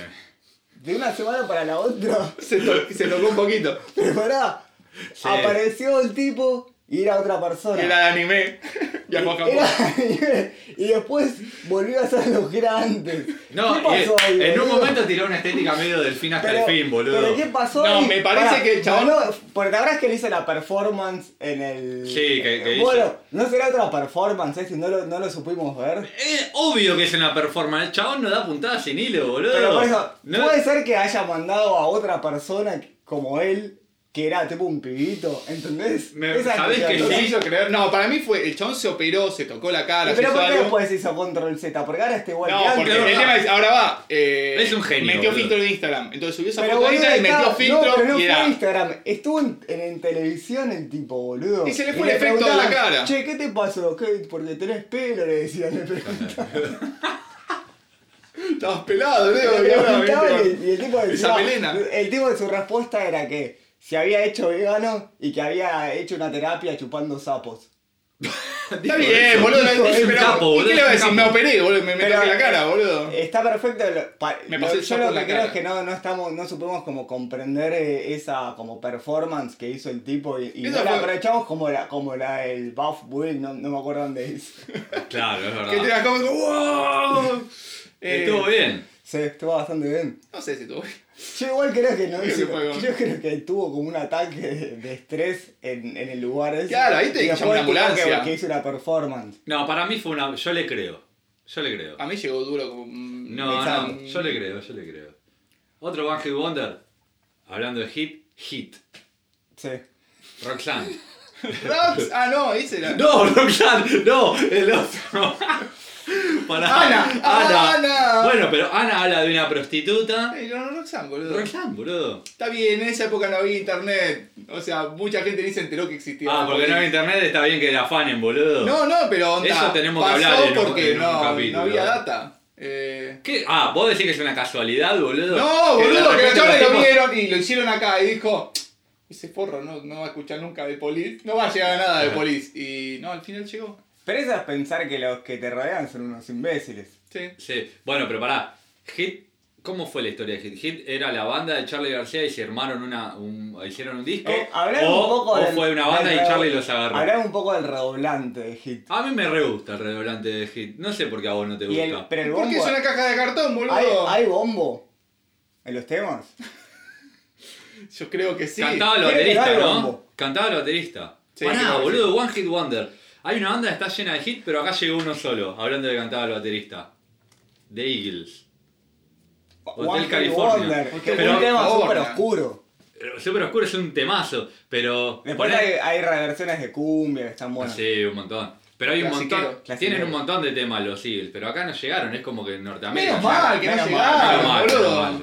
C: De una semana para la otra,
A: Se, to- se tocó un poquito.
C: pero pará,
B: Sí.
C: Apareció el tipo y era otra persona.
A: Era de [LAUGHS] anime. Viajó a Japón.
C: Era- [LAUGHS] y después volvió a hacer lo que era antes.
B: No,
C: ¿Qué pasó
B: y-
C: ahí,
B: en un
C: boludo?
B: momento tiró una estética medio del fin hasta el
C: Pero-
B: fin, boludo.
C: Pero ¿qué pasó?
A: No,
C: ahí?
A: me parece que el chabón-
C: boludo, porque la verdad es que le hizo la performance en el.
B: Sí, que- que hizo.
C: Bueno, ¿no será otra performance este? ¿No lo, no lo supimos ver?
B: Es obvio que es una performance. El chabón no da puntada sin hilo, boludo.
C: Pero por eso,
B: No-
A: pues,
B: [LAUGHS]
C: puede ser que haya mandado a otra persona como él, que era tipo un pibito, ¿entendés?
B: Me-
C: Esa
B: ¿sabés
C: cuestión,
B: que
C: ¿no?
A: Se
B: sí?
A: hizo creer. No, para mí fue. El chabón se operó, se tocó la cara, se
C: Pero
A: hizo
C: ¿por qué
A: algo.
C: después hizo control Z? Porque ahora este está igual que
A: No,
C: antes.
A: porque
B: es
A: el
B: verdad.
A: tema es, ahora va. eh,
B: Es un genio,
A: Metió
B: boludo.
A: filtro en Instagram. Entonces subió esa
C: Pero
A: foto de
C: boludo,
A: Instagram y metió
C: estaba- no,
A: filtro
C: pero no
A: y
C: fue
A: era.
C: Instagram. Estuvo en, en- en televisión el tipo, boludo.
A: Y se le fue el efecto
C: preguntaban,
A: de la cara.
C: Che, ¿qué te pasó? ¿Qué? Porque tenés pelo, le decían. Le preguntaban.
A: Estabas pelado, Leo.
C: Le
A: y ahora,
C: preguntaban
A: viste,
C: y, y el tipo
A: Esa
C: decía,
A: melena.
C: El tipo de su respuesta era que se había hecho vegano y que había hecho una terapia chupando sapos.
A: Está bien, boludo.
B: Dijo,
A: no-
B: es un
A: pero-
B: capo,
A: ¿y
B: boludo,
A: ¿Qué le
B: es
A: voy a
B: un
A: decir? Me
B: capo.
A: operé, boludo. Me me
C: Pero,
A: toqué la cara,
C: eh,
A: boludo.
C: Está perfecto. lo- pa-
A: Me
C: lo-
A: pasé el
C: yo
A: sapo
C: lo
A: en
C: que
A: la
C: creo
A: cara.
C: es que no, no estamos, no supimos como comprender eh, esa como performance que hizo el tipo y, y
A: Eso
C: no la
A: fue-
C: aprovechamos como la, como la del Buff Bull, no, no me acuerdo dónde es. [LAUGHS]
B: Claro, es
A: Que te
B: verdad.
A: das como. ¡Wow! Eh,
B: Estuvo bien.
C: Se estuvo bastante bien.
A: No sé si estuvo bien.
C: Yo igual creo que no
A: Creo que
C: hizo-
A: fue como-
C: Yo creo que tuvo como un ataque de, de estrés en, en el lugar ese.
A: Claro, ahí te
C: Y
A: llama
C: después
A: una
C: el tipo que-
A: ambulancia.
C: Que, hizo una performance.
B: No, para mí fue una. Yo le creo. Yo le creo.
A: A mí llegó duro como. mm, un-
B: No, no,
A: examen.
B: yo le creo, yo le creo. Otro One Hit Wonder. Hablando de hit, hit.
C: Sí.
A: [LAUGHS]
B: Roxanne.
A: Rox- Ah, no, ese era.
B: No, Roxanne, no,
A: [LAUGHS]
B: el otro. Pará.
A: Ana, ah, Ana.
B: Bueno, pero Ana habla de una prostituta.
A: Eh, No, no, Roxanne, boludo.
B: Roxanne, boludo.
A: Está bien, en esa época no había internet. O sea, mucha gente ni se enteró que existía.
B: Ah, porque no había internet, está bien que la fanen, boludo.
A: No, no, pero onda,
B: Eso tenemos que
A: pasó
B: hablar en un-
A: porque
B: en un
A: no,
B: capítulo.
A: no había data. Eh,
B: ¿Qué? Ah, vos decís que es una casualidad, boludo.
A: No,
B: Que de
A: boludo, que los
B: repente
A: chavales lo
B: tipos-
A: vieron y lo hicieron acá y dijo, ese forro no, no va a escuchar nunca de Police, no va a llegar a nada de Police. Y no, al final llegó.
C: Pero eso es pensar que los que te rodean son unos imbéciles.
A: Sí.
B: Sí, bueno, pero pará. Hit, ¿cómo fue la historia de Hit? Hit era la banda de Charlie García y se armaron una, un- hicieron un disco.
C: Eh, hablá
B: o,
C: un poco
B: o
C: del-
B: fue una banda
C: del
B: y
C: redo-
B: Charlie los agarró.
C: hablá un poco del redoblante de Hit.
B: A mí me re gusta el redoblante de Hit. No sé por qué a vos no te
C: Y
B: gusta.
C: el, pero el
A: ¿Por qué
C: bombo.
A: es una caja de cartón, boludo?
C: ¿Hay, hay bombo en los temas?
A: Yo creo que sí.
B: Cantaba el
C: Creo que
B: baterista,
C: era el
B: ¿no?
C: bombo.
B: Cantaba el baterista.
A: Sí,
B: Pará,
A: creo que
B: boludo, One Hit Wonder. Hay una banda que está llena de hit, pero acá llegó uno solo, hablando de cantar al baterista. The Eagles. Hotel
C: One Hit
B: California.
C: Wonder, que
B: Pero-
C: es un tema súper
A: California.
C: oscuro.
B: Pero Super Oscuro es un temazo, pero.
C: Después
B: poné-
C: hay, hay reversiones de cumbia que están buenas.
B: Ah, Sí, un montón. Pero hay un
A: Clasiquero,
B: montón.
C: clasiquero.
B: Tienen un montón de temas los Eagles, pero acá no llegaron, es como que en Norteamérica.
A: Menos mal que no
C: Menos
A: llegaron,
B: Menos mal, menos
A: boludo.
B: mal.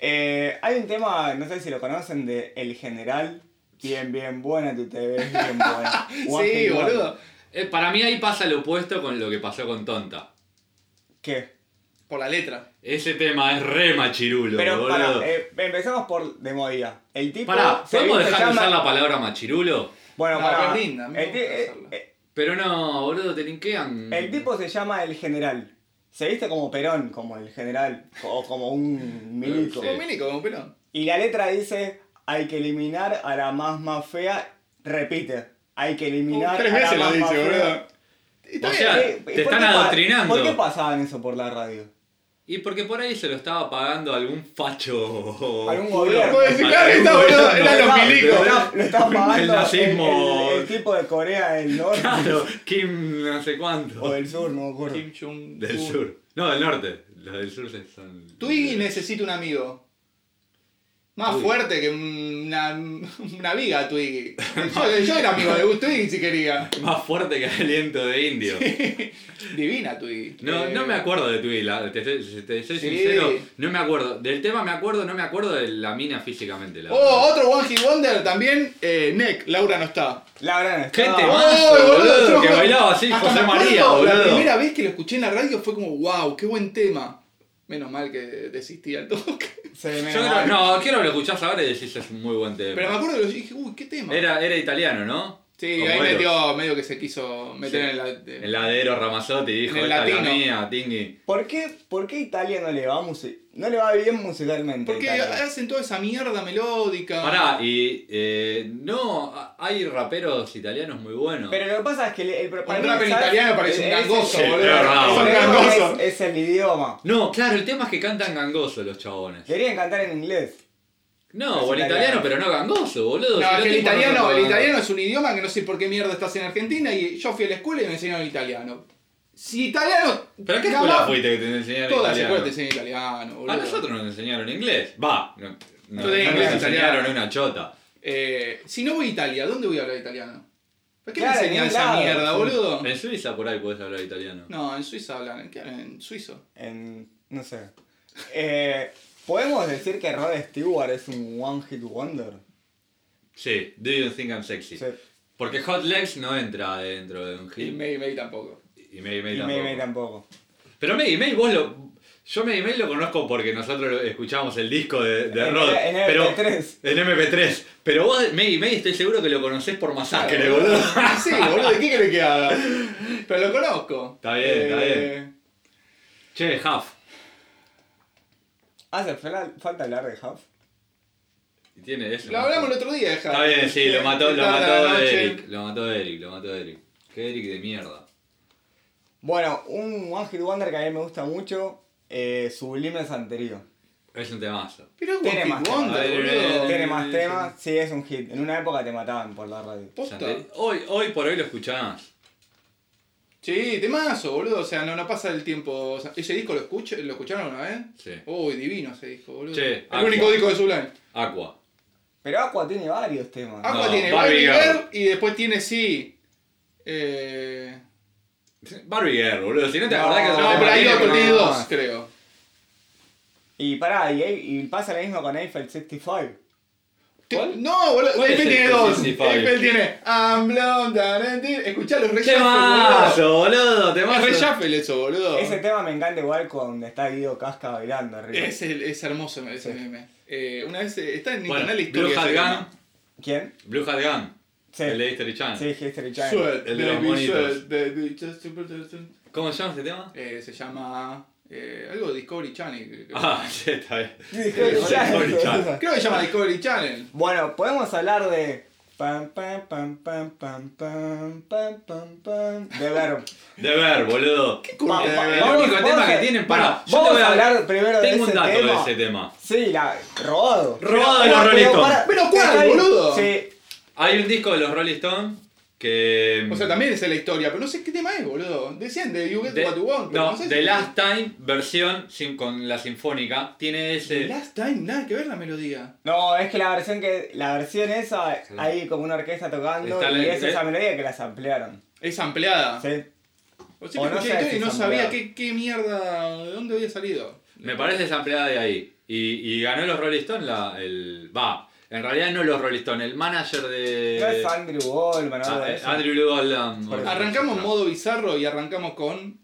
C: Eh, hay un tema, no sé si lo conocen, de El General. Bien, bien buena tu TV, bien buena. One
A: [LAUGHS] sí,
C: Hit Wonder.
A: boludo.
B: Eh, para mí ahí pasa lo opuesto con lo que pasó con Tonta.
C: ¿Qué?
A: Por la letra.
B: Ese tema es re machirulo,
C: Pero
B: boludo.
C: para, empezamos por de movida. El tipo.
B: Pará,
C: se
B: ¿podemos
C: viste
B: dejar de
C: llama-
B: usar la palabra machirulo?
C: Bueno,
A: No,
C: para.
A: pero es linda, a mí me
C: el, ti-
A: gusta
C: eh,
A: usarla.
C: eh,
B: Pero no, boludo, te linkean.
C: el tipo se llama El General. Se viste como Perón, como el general, o como un milico.
B: Sí.
A: Como Milico, como Perón.
C: Y la letra dice, hay que eliminar a la más más fea. Repite, hay que eliminar
A: Tres
C: a la
A: veces lo
C: más más
A: dice,
C: fea.
A: boludo. Está
B: O
A: bien.
B: sea,
C: ¿Qué-
B: te
C: por qué
B: están
C: pa-
B: adoctrinando.
C: ¿Por qué pasaban eso por la radio?
B: Y porque por ahí se lo estaba pagando algún facho.
C: Algún gobierno.
A: Puede ser, claro, está, boludo, eran los
C: Claro,
A: milicos.
C: Lo, lo estaba pagando
B: El nazismo.
C: El, el- el tipo de Corea del
B: [LAUGHS]
C: Norte [LAUGHS]
B: Claro, Kim no sé cuánto.
C: o del Sur, no me acuerdo.
A: Kim Jong-un.
B: Del sur. No, del norte. Los del sur se- son.
A: Twiggy necesita un amigo. Más
B: Twiggy.
A: fuerte que una, una viga, Twiggy. Yo, yo era amigo de Twiggy si quería.
B: Más fuerte que aliento de indio.
A: Divina Twiggy.
B: No,
A: Eh,
B: no me acuerdo de Twiggy, la- te, te- te soy
A: Sí.
B: sincero, no me acuerdo. Del tema me acuerdo, no me acuerdo de la mina físicamente. La verdad.
A: Oh, otro One Hit Wonder también. Eh, Neck, Laura no está.
C: La gran estaba-
B: Gente,
A: Oh,
B: mazo, boludo,
A: yo me
B: que
A: acuerdo-
B: bailaba así,
A: hasta
B: José
A: me acuerdo
B: María,
A: La
B: boludo.
A: primera vez que lo escuché en la radio fue como, wow, qué buen tema. Menos mal que desistí al toque.
C: Se
A: oh.
C: me
B: Yo creo,
C: enamoró.
B: no, quiero que lo escuchás ahora y decís es un muy buen tema.
A: Pero me acuerdo que lo dije, uy, qué tema.
B: Era, era italiano, ¿no?
A: Sí,
B: Como
A: ahí
B: ellos.
A: metió medio que se quiso meter
B: Sí.
A: en la.
B: El ladero Ramazotti dijo,
A: En el
B: esta es la
A: latino.
B: mía, Tingui.
C: ¿Por qué, por qué Italia no le va musi- no le va bien musicalmente? a
A: Porque
C: Italia?
A: hacen toda esa mierda melódica.
B: Pará, y eh, no, a- hay raperos italianos muy buenos.
C: Pero lo que pasa es que el, el para mí,
A: rap en
C: ¿sabes?
A: italiano parece un
C: Es- es-
A: gangoso,
C: es-
B: boludo.
C: es-
B: Bravo.
C: es-
A: Un gangoso.
C: Es, es el idioma.
B: No, claro, el tema es que cantan gangoso los chabones.
C: Querían cantar en inglés.
B: No,
C: Los
B: o el italiano,
C: italianos.
B: pero no gangoso,
A: No,
B: boludo. Si
A: es
B: los
A: que el
B: tipos no
A: italiano,
B: cantan
A: el
B: gangoso.
A: italiano es un idioma que no sé por qué mierda estás en Argentina y yo fui a la escuela y me enseñaron italiano. Si italiano.
B: ¿Pero a qué
A: jamás-
B: escuela fuiste que te enseñaron
A: Todas las
B: italiano?
A: escuelas te enseñan italiano, boludo.
B: A nosotros nos enseñaron inglés. Va, no, no, no
A: Yo de
B: nos
A: inglés,
B: enseñaron
A: italiano.
B: una chota.
A: Eh, si no voy a Italia, ¿dónde voy a hablar italiano? ¿Para qué
C: Claro,
A: me enseñan
C: en
A: esa
C: un lado,
A: mierda,
C: sí.
A: boludo?
B: En Suiza por ahí podés hablar italiano.
A: No, en Suiza hablan. ¿Qué hablan? En suizo.
C: En. no sé. Eh, ¿Podemos decir que Rod Stewart es un one hit wonder?
B: Sí, do you think I'm sexy?
C: Sí.
B: Porque Hot Legs no entra dentro de un
A: Y
B: hit.
A: May May tampoco.
B: Y May May
C: Y May May
B: tampoco.
C: tampoco.
B: Pero Maggie May, vos lo. Yo Maggie May lo conozco porque nosotros lo- escuchamos el disco de, de
C: En-
B: Rod.
C: en MP3.
B: Pero, en MP3. Pero vos, Maggie May, estoy seguro que lo conocés por Masacre,
A: Claro,
B: boludo.
A: [LAUGHS]
B: [LAUGHS]
A: Sí, boludo, ¿de qué crees que haga? Pero lo conozco. Eh,
B: Está bien, está bien. Che, Huff.
C: ¿Hace fal- falta hablar de Huff?
B: Y tiene eso.
A: Lo hablamos el otro día, Javi.
B: Está bien, sí, lo mató, lo
A: Tarde a la
B: mató
A: noche.
B: Eric. Lo mató Eric, lo mató Eric. Qué Eric de mierda.
C: Bueno, un one hit wonder que a mí me gusta mucho, eh, Sublime Santerío.
B: Es un temazo.
A: Pero es
C: Tiene
A: One
C: más
A: Hit Wonder,
B: temas.
A: boludo.
C: Tiene más
B: sí.
C: temas, sí, es un hit. En una época te mataban por la radio.
A: Posta.
B: Hoy, hoy por hoy lo escuchás.
A: Sí, temazo, boludo. O sea, no, no pasa el tiempo. O sea, ¿Ese disco lo, escucha, lo escucharon una vez?
B: Sí.
A: Uy, divino ese disco, boludo.
B: Che, ah,
A: el
B: Aqua.
A: único disco de Sublime.
B: Aqua.
C: Pero Aqua tiene varios temas.
A: Aqua
B: No,
A: tiene
B: Barbie
A: Barbie
B: Girl.
A: Girl y después tiene sí. Eh...
B: Barbie Girl, boludo. Si no te
C: No,
B: acordás que
A: No,
B: otro tema
A: pero hay
B: tiene,
A: otro,
B: pero-
A: tiene
C: no.
A: dos, creo.
C: Y pará, y, y pasa lo mismo con Eiffel 65.
B: ¿Cuál?
A: No, boludo.
B: ¿Cuál es
A: Eiffel
B: el
A: tiene dos.
B: 65?
A: Eiffel tiene I'm blonde. and it- Escuchá los reshuffle, boludo.
B: Temazo, boludo.
A: Es
B: Temazo.
A: reshuffle eso, boludo.
C: Ese tema me encanta igual cuando está Guido Casca bailando arriba.
A: Es, el- es hermoso ese meme. Eh, una vez eh, está en
B: Bueno,
A: internet la
B: Blue
A: historia.
B: Hat
A: ese
B: Gun.
C: ¿Quién?
B: Blue Hat Gun.
C: Sí.
B: El de History Channel.
C: Sí, History
A: tema.
C: Channel.
A: Sweat,
B: El de los
A: baby,
B: monitos.
A: sweat, baby, just to protect you.
B: ¿Cómo se llama este
C: [LAUGHS]
B: tema?
A: Eh, se llama eh, algo Discovery Channel. creo que-
B: Ah, [LAUGHS] sí, está bien.
C: History
B: History Channel.
A: Creo que se llama Discovery Channel.
C: Bueno, podemos hablar de. Pam, pam, pam, pam, pam, pam, pam, pam, pam. De ver.
B: De ver, boludo.
A: ¿Qué culpa
C: Va- va-
A: de-
B: El
C: vamos-
B: único tema
C: vamos a-
B: que tienen para.
C: bueno, vamos a hablar primero de
B: Tengo un
C: ese
B: dato de
C: tema.
B: ese tema.
C: Sí, la. Robado.
B: Robado de
C: Pero-
B: los Rolling
C: pero
B: Stones.
C: para-
A: Pero ¿cuál,
C: está bien.
A: boludo?
C: Sí.
B: Hay un disco de los Rolling Stones que.
A: O sea, también esa es la historia, pero no sé qué tema es, boludo. Decían de You Get
B: de-
A: What You Want. pero
B: no,
A: no sé si-
B: The Last Time, versión sin- con la sinfónica, tiene
A: The
B: ese.
A: Last Time, nada que ver la melodía.
C: No, es que la versión que. La versión esa, hay como una orquesta tocando
B: Está la- Ah.
C: y es
B: eh.
C: esa melodía que las ampliaron.
A: Es ampliada.
C: Sí.
A: O sea,
C: O no
A: escuché
C: sé
A: la historia y
C: si
A: no
C: es
A: sabía
C: ampliada.
A: qué, qué mierda, de dónde había salido.
B: Me parece esa ampliada de ahí. Y, y ganó los Rolling Stones la, el. Va. En realidad no los Rolling Stones, el manager de.
C: No es Andrew Goldman,
B: Eh, Ah,
C: algo de
B: eh,
C: eso.
B: Andrew Lou Oldham.
C: Por-
A: Arrancamos en modo bizarro y arrancamos con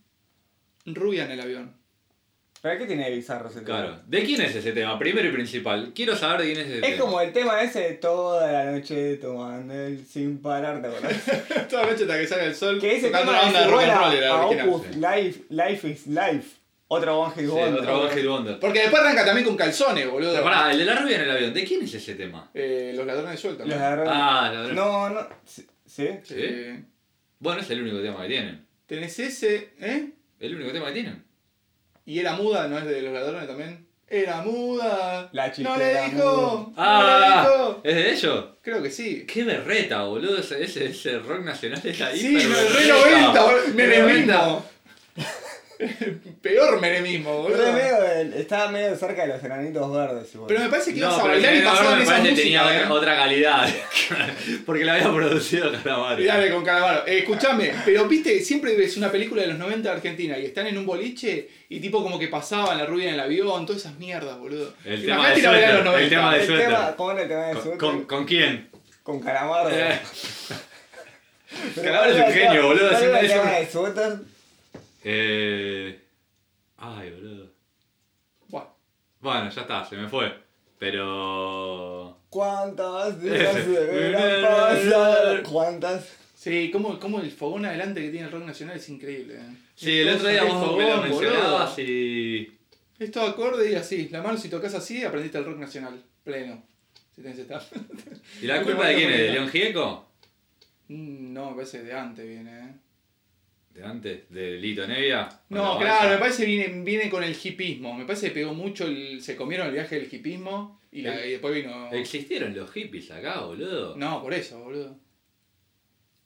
A: Rubia en el avión. [LAUGHS]
C: ¿Pero qué tiene de bizarro ese tema?
B: Claro. ¿De quién es ese tema? Primero y principal. Quiero saber de quién es ese tema.
C: Es como el tema ese de toda la noche tomando el sin parar,
B: [LAUGHS]
C: ¿te acordás?
A: Toda noche hasta que sale el sol.
C: Que ese
A: tocando la
C: tema es
A: onda de rock
C: igual
A: and
C: a,
A: roll, era
C: a
A: original.
C: Opus Life, Life is Life. Otro One Hit
B: Sí,
C: Wonder.
B: otro One Hit Wonder.
A: Porque después arranca también con calzones, boludo.
B: Pero pará, el de la rubia en el avión. ¿De quién es ese tema?
A: Eh, los ladrones sueltan.
C: Los agarró-
B: Ah, la verdad.
C: Eh, No, no. ¿Sí? sí.
A: Sí.
B: ¿Sí? Bueno, es el único tema que tienen.
A: Eh, Tenés ese, ¿eh?
B: El único tema que tienen.
A: Y era muda, ¿no es de los ladrones también? Era muda.
C: La chica
A: No le
C: era
A: dijo.
B: Ah,
A: No le dijo.
B: ¿es de ellos?
A: Creo que sí.
B: Qué berreta, boludo. Ese, ese, ese rock nacional es ahí.
A: Sí,
B: pero
A: no, el re
B: berreta.
A: 90, boludo.
B: Menemista.
A: Menemismo. [LAUGHS] Peor menemismo,
C: Pero
A: boludo.
C: es medio del- estaba medio cerca de los enanitos verdes. igual.
A: Pero me parece que ibas
B: No,
A: a
B: pero el
A: bailar y
B: Menem
A: pasaban
B: me
A: esa
B: parece
A: música.
B: que tenía
A: ¿eh?
B: otra, otra calidad. [LAUGHS] Porque la había producido Calamari.
A: Y Dale con Calamaro. Eh, escuchame, pero viste, siempre ves una película de los 90 de Argentina y están en un boliche y tipo como que pasaban la rubia en el avión, todas esas mierdas, boludo.
B: El
A: Imagínate
B: tema de
A: ir a bailar a
B: suéter, el tema de
C: el
B: suéter.
C: tema, ¿Cómo era el tema de
B: ¿Con,
C: suéter?
B: con, con quién?
C: Con Calamardo.
B: Eh,
C: Pero
B: Calamardo es un
C: ¿cuál era el
B: genio,
C: tema-
B: boludo,
C: ¿Cuál
B: es
C: era
B: un-
C: el
B: es un-
C: tema de suéter?
B: eh, Ay, boludo.
A: Buah.
B: Bueno, ya está, se me fue. Pero.
C: ¿Cuántas
B: [LAUGHS]
C: días deberán pasar? ¿Cuántas?
A: Sí, como, como el fogón adelante que tiene el rock nacional es increíble. ¿eh?
B: Sí, el otro día
A: Qué
B: vos
A: fogón,
B: me lo
A: boludo.
B: mencionabas y.
A: Es todo acorde y así. La mano, si tocas así, aprendiste el rock nacional pleno. Si tenés esta. [LAUGHS]
B: ¿Y la
A: Qué
B: culpa
A: buena
B: de quién es? ¿De
A: manera.
B: León Gieco?
A: Mm, no, me parece que de antes viene, ¿eh?
B: ¿De antes? ¿De Lito Nevia?
A: No,
B: Bueno,
A: claro, me
B: esa.
A: parece que viene, viene con el hipismo. Me parece que pegó mucho, el, se comieron el viaje del hipismo y, la- y después vino...
B: Existieron los hippies acá, boludo.
A: No, por eso, boludo.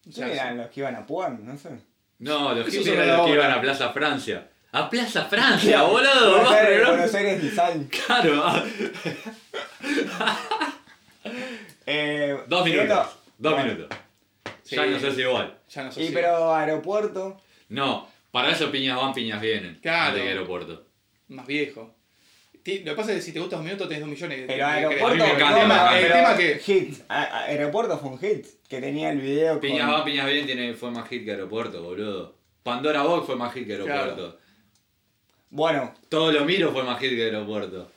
A: O sea,
C: ¿Quién eran los que iban a Puan? No sé.
B: No, los
A: Eso
B: hippies
A: sobre
B: eran
A: la
B: los que
A: obra.
B: iban a Plaza Francia. ¡A Plaza
A: [LAUGHS]
B: Francia, boludo!
C: Buenos Aires,
B: barrio,
C: Buenos Aires y sal.
B: Claro. ah,
C: Eh,
B: Dos
C: yendo-
B: minutos. Dos
C: Bueno,
B: minutos.
A: Sí.
B: Ya no se hace igual.
A: ya no sé
C: Y
A: si-
C: pero aeropuerto.
B: No, para eso piñas van, piñas vienen.
A: Claro.
B: Antes que aeropuerto.
A: Más viejo. Ti- Lo que pasa es que si te gusta dos minutos tenés dos millones.
C: Pero
A: de- de-
C: aeropuerto.
B: me encanta,
A: El tema,
B: me
A: el tema
B: encanta.
A: que...
C: Hit. A- a- aeropuerto fue un hit. Que tenía el video con.
B: Piñas van, piñas vienen tiene, fue más hit que aeropuerto, boludo. Pandora Box fue más hit que aeropuerto.
C: Bueno,
B: Todo lo miro fue más hit que aeropuerto.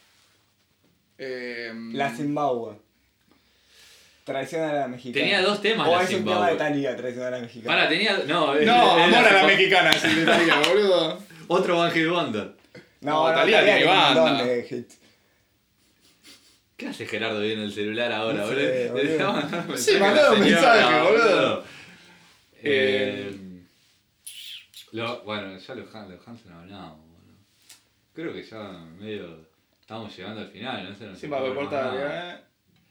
A: eh,
B: Mm.
C: la Zimbabue. Traición a la mexicana.
B: Tenía dos temas
C: O
B: la
C: es un tema
B: Zimbabue.
C: de Talía, traición a la mexicana.
B: Para, tenía. No,
A: No,
B: era-
A: amor a la
B: era-
A: mexicana, si te digo, boludo.
B: Otro Van Hit Wonder.
A: No, Thalía tiene
C: un montón
A: banda.
C: de hits.
B: ¿Qué hace Gerardo viendo el celular ahora,
C: No sé,
B: boludo? Le
C: boludo.
B: estaba mandando
A: Sí,
B: mensaje a la
A: mandaba un
B: señora,
A: mensaje, boludo.
B: Eh, lo- bueno, ya los, Han- los Hanson hablábamos, boludo. Creo que ya medio estamos llegando al final, no sé. No
A: Sí,
B: se
A: va a
B: puede más nada.
A: cortar, ¿eh?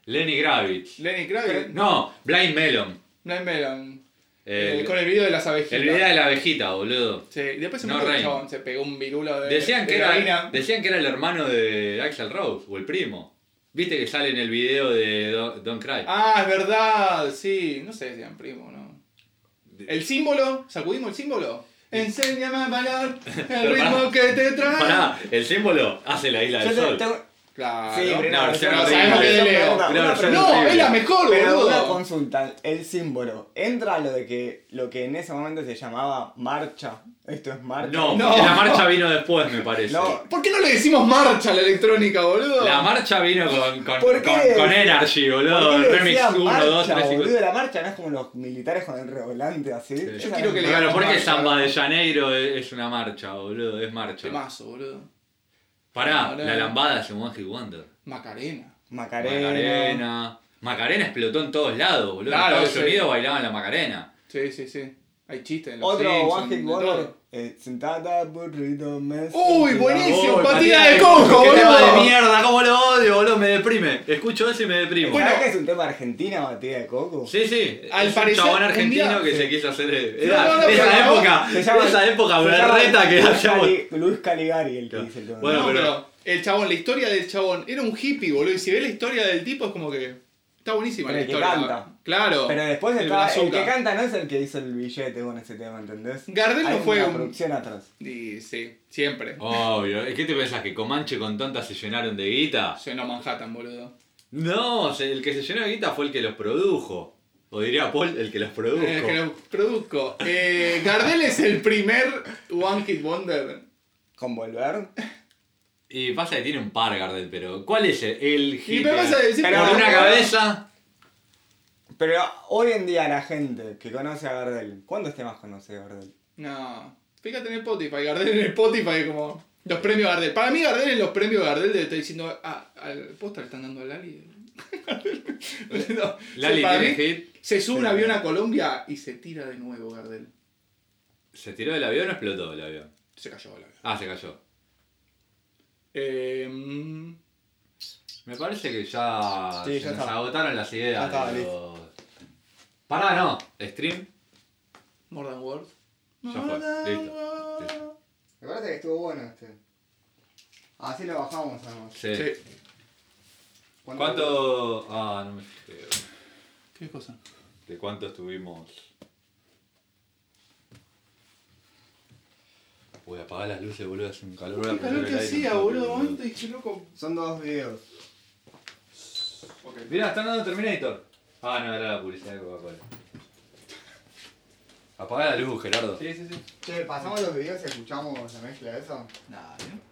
B: Lenny Gravitz.
A: Lenny Kravitz.
B: No, Blind Melon.
A: Blind Melon.
B: El,
A: Eh, con el video de las abejitas.
B: el video de la abejita, boludo.
A: Sí, y después se
B: No
A: murió el
B: Rain.
A: chabón, se pegó un virulo de.
B: Decían que,
A: de
B: era,
A: heroína.
B: decían que era el hermano de Axel Rose, o el primo. Viste que sale en el video de Don- Don't Cry.
A: Ah, es verdad, sí. No sé si eran primo, ¿no? El símbolo, ¿sacudimos el símbolo? Enséñame a
B: [LAUGHS]
A: bailar el
B: Pero
A: ritmo
B: pará.
A: que te trae.
B: Pará, el símbolo hace la isla
C: Yo
B: del
C: te-
B: sol.
C: tengo-
A: Claro.
C: Sí, pero
B: No,
C: no,
B: versión
C: no,
B: horrible.
C: sabemos que es
A: Leo.
C: una-
B: Una
C: una
B: versión
C: pregunta.
A: no,
B: horrible.
A: es la mejor,
C: Pero una
A: boludo.
C: consulta, el símbolo, ¿entra lo de que lo que en ese momento se llamaba marcha? Esto es marcha.
B: No,
A: No.
B: porque la marcha vino después, me parece.
C: No.
A: ¿Por qué no le decimos marcha a la electrónica, boludo?
B: La marcha vino con, con,
C: ¿Por qué
B: con,
C: decía-
B: con Energy, boludo.
C: ¿Por qué
B: El
C: le
B: remix
C: decían
B: 1, 2, 3
C: marcha,
B: y 4.
C: boludo, la marcha no es como los militares con el revolante así.
B: Yo
C: Esa
A: quiero
C: es
A: que le-
B: Claro, porque
A: Marcha.
B: Samba de Janeiro es es una marcha, boludo. Es marcha.
A: Temazo, boludo.
B: Pará,
A: Pará.
B: la lambada es un One Hit Wonder.
A: Macarena.
C: Macarena.
B: Macarena. Macarena explotó en todos lados, boludo.
A: Claro,
B: en Estados
A: sí.
B: Unidos bailaban la Macarena.
A: Sí, sí, sí. Hay chistes en los
C: Otro
A: Simpsons,
C: One Hit
A: de
C: Wonder.
A: todo.
C: eh, Sentada, burrito, me
A: Uy,
C: sentada.
A: buenísimo,
B: Uy,
A: patida de coco,
B: ¡Qué tema de
A: boludo.
B: mierda! ¿Cómo lo odio, boludo? Me deprime. Escucho eso y me deprimo.
C: ¿Sabés que es un tema argentino, batida de coco?
B: Sí, sí.
A: Al
B: Eh, es
A: parecer,
B: un chabón
A: un
B: argentino
A: día-
B: que
C: sí.
B: se quiso hacer. eh,
A: No,
B: Era
A: no, no,
B: de esa
A: pero no,
B: época,
C: Se llama-
B: de esa época
C: se llama
B: berreta que
C: Luis,
B: hacíamos.
C: Cali- Luis Caligari el que
B: Claro.
C: dice el tema.
B: Bueno,
A: No,
B: pero-
A: pero el chabón, la historia del chabón, era un hippie, boludo. Y si ves la historia del tipo, es como que. Está buenísima
C: Pero
A: la
C: el que
A: historia.
C: canta.
A: Claro.
C: Pero después
A: el
C: está, el
A: Brazuca.
C: que canta no es el que hizo el billete con ese tema, ¿entendés?
A: Gardel no
C: Hay
A: fue
C: una
A: un-
C: producción atrás.
A: Y sí, siempre.
B: Obvio, ¿qué te pensás? ¿Que Comanche con tontas se llenaron de guita?
A: Llenó Manhattan, boludo.
B: No, se- el que se llenó de guita fue el que los produjo. O diría Paul, el que los produjo.
A: Eh, que lo produzco. Eh, Gardel es el primer One Hit Wonder.
C: ¿Con volver?
B: Y pasa que tiene un par Gardel, pero ¿cuál es el, el
A: Y
B: hit?
A: me vas a decir
C: Pero
B: Por
A: que-
B: una cabeza.
C: Pero hoy en día la gente que conoce a Gardel, ¿cuántos temas conoce de Gardel?
A: No. Fíjate en el Spotify. Gardel en el Spotify como. Los premios Gardel. Para mí, Gardel en los premios Gardel le está diciendo. Ah, al posta le están dando a Lali. [LAUGHS] No,
B: Lali
A: para
B: tiene
A: mí,
B: hit.
A: Se sube un avión a Colombia y se tira de nuevo Gardel.
B: Se tiró del avión o explotó el avión.
A: Se cayó el avión.
B: Ah, se cayó.
A: Eh, mm,
B: Me parece que ya
C: Sí,
B: se
C: ya
B: nos
C: está.
B: agotaron las ideas.
C: Ya está,
B: de los- Pará, no. Stream.
A: more than words.
B: Ya fue,
A: More than
B: listo,
A: words.
B: listo.
C: Me parece que estuvo bueno este. Así lo bajamos además.
B: Sí.
A: Sí.
B: ¿Cuánto.? Ah, no me fijé.
A: ¿Qué cosa?
B: ¿De cuánto estuvimos? Voy a apagar las luces, boludo. Hace un calor. voy a
A: ¿Qué
B: prender
A: calor
B: el
A: que
B: aire,
A: hacía,
B: no sé,
A: boludo? Antes dije, loco.
C: Son dos videos.
A: Ok.
B: Mirá, están dando Terminator. Ah, no, era la publicidad de Coca-Cola. Apaga la luz, Gerardo.
A: Sí, sí, sí.
C: Che, pasamos los videos y escuchamos la mezcla de eso.
A: Dale.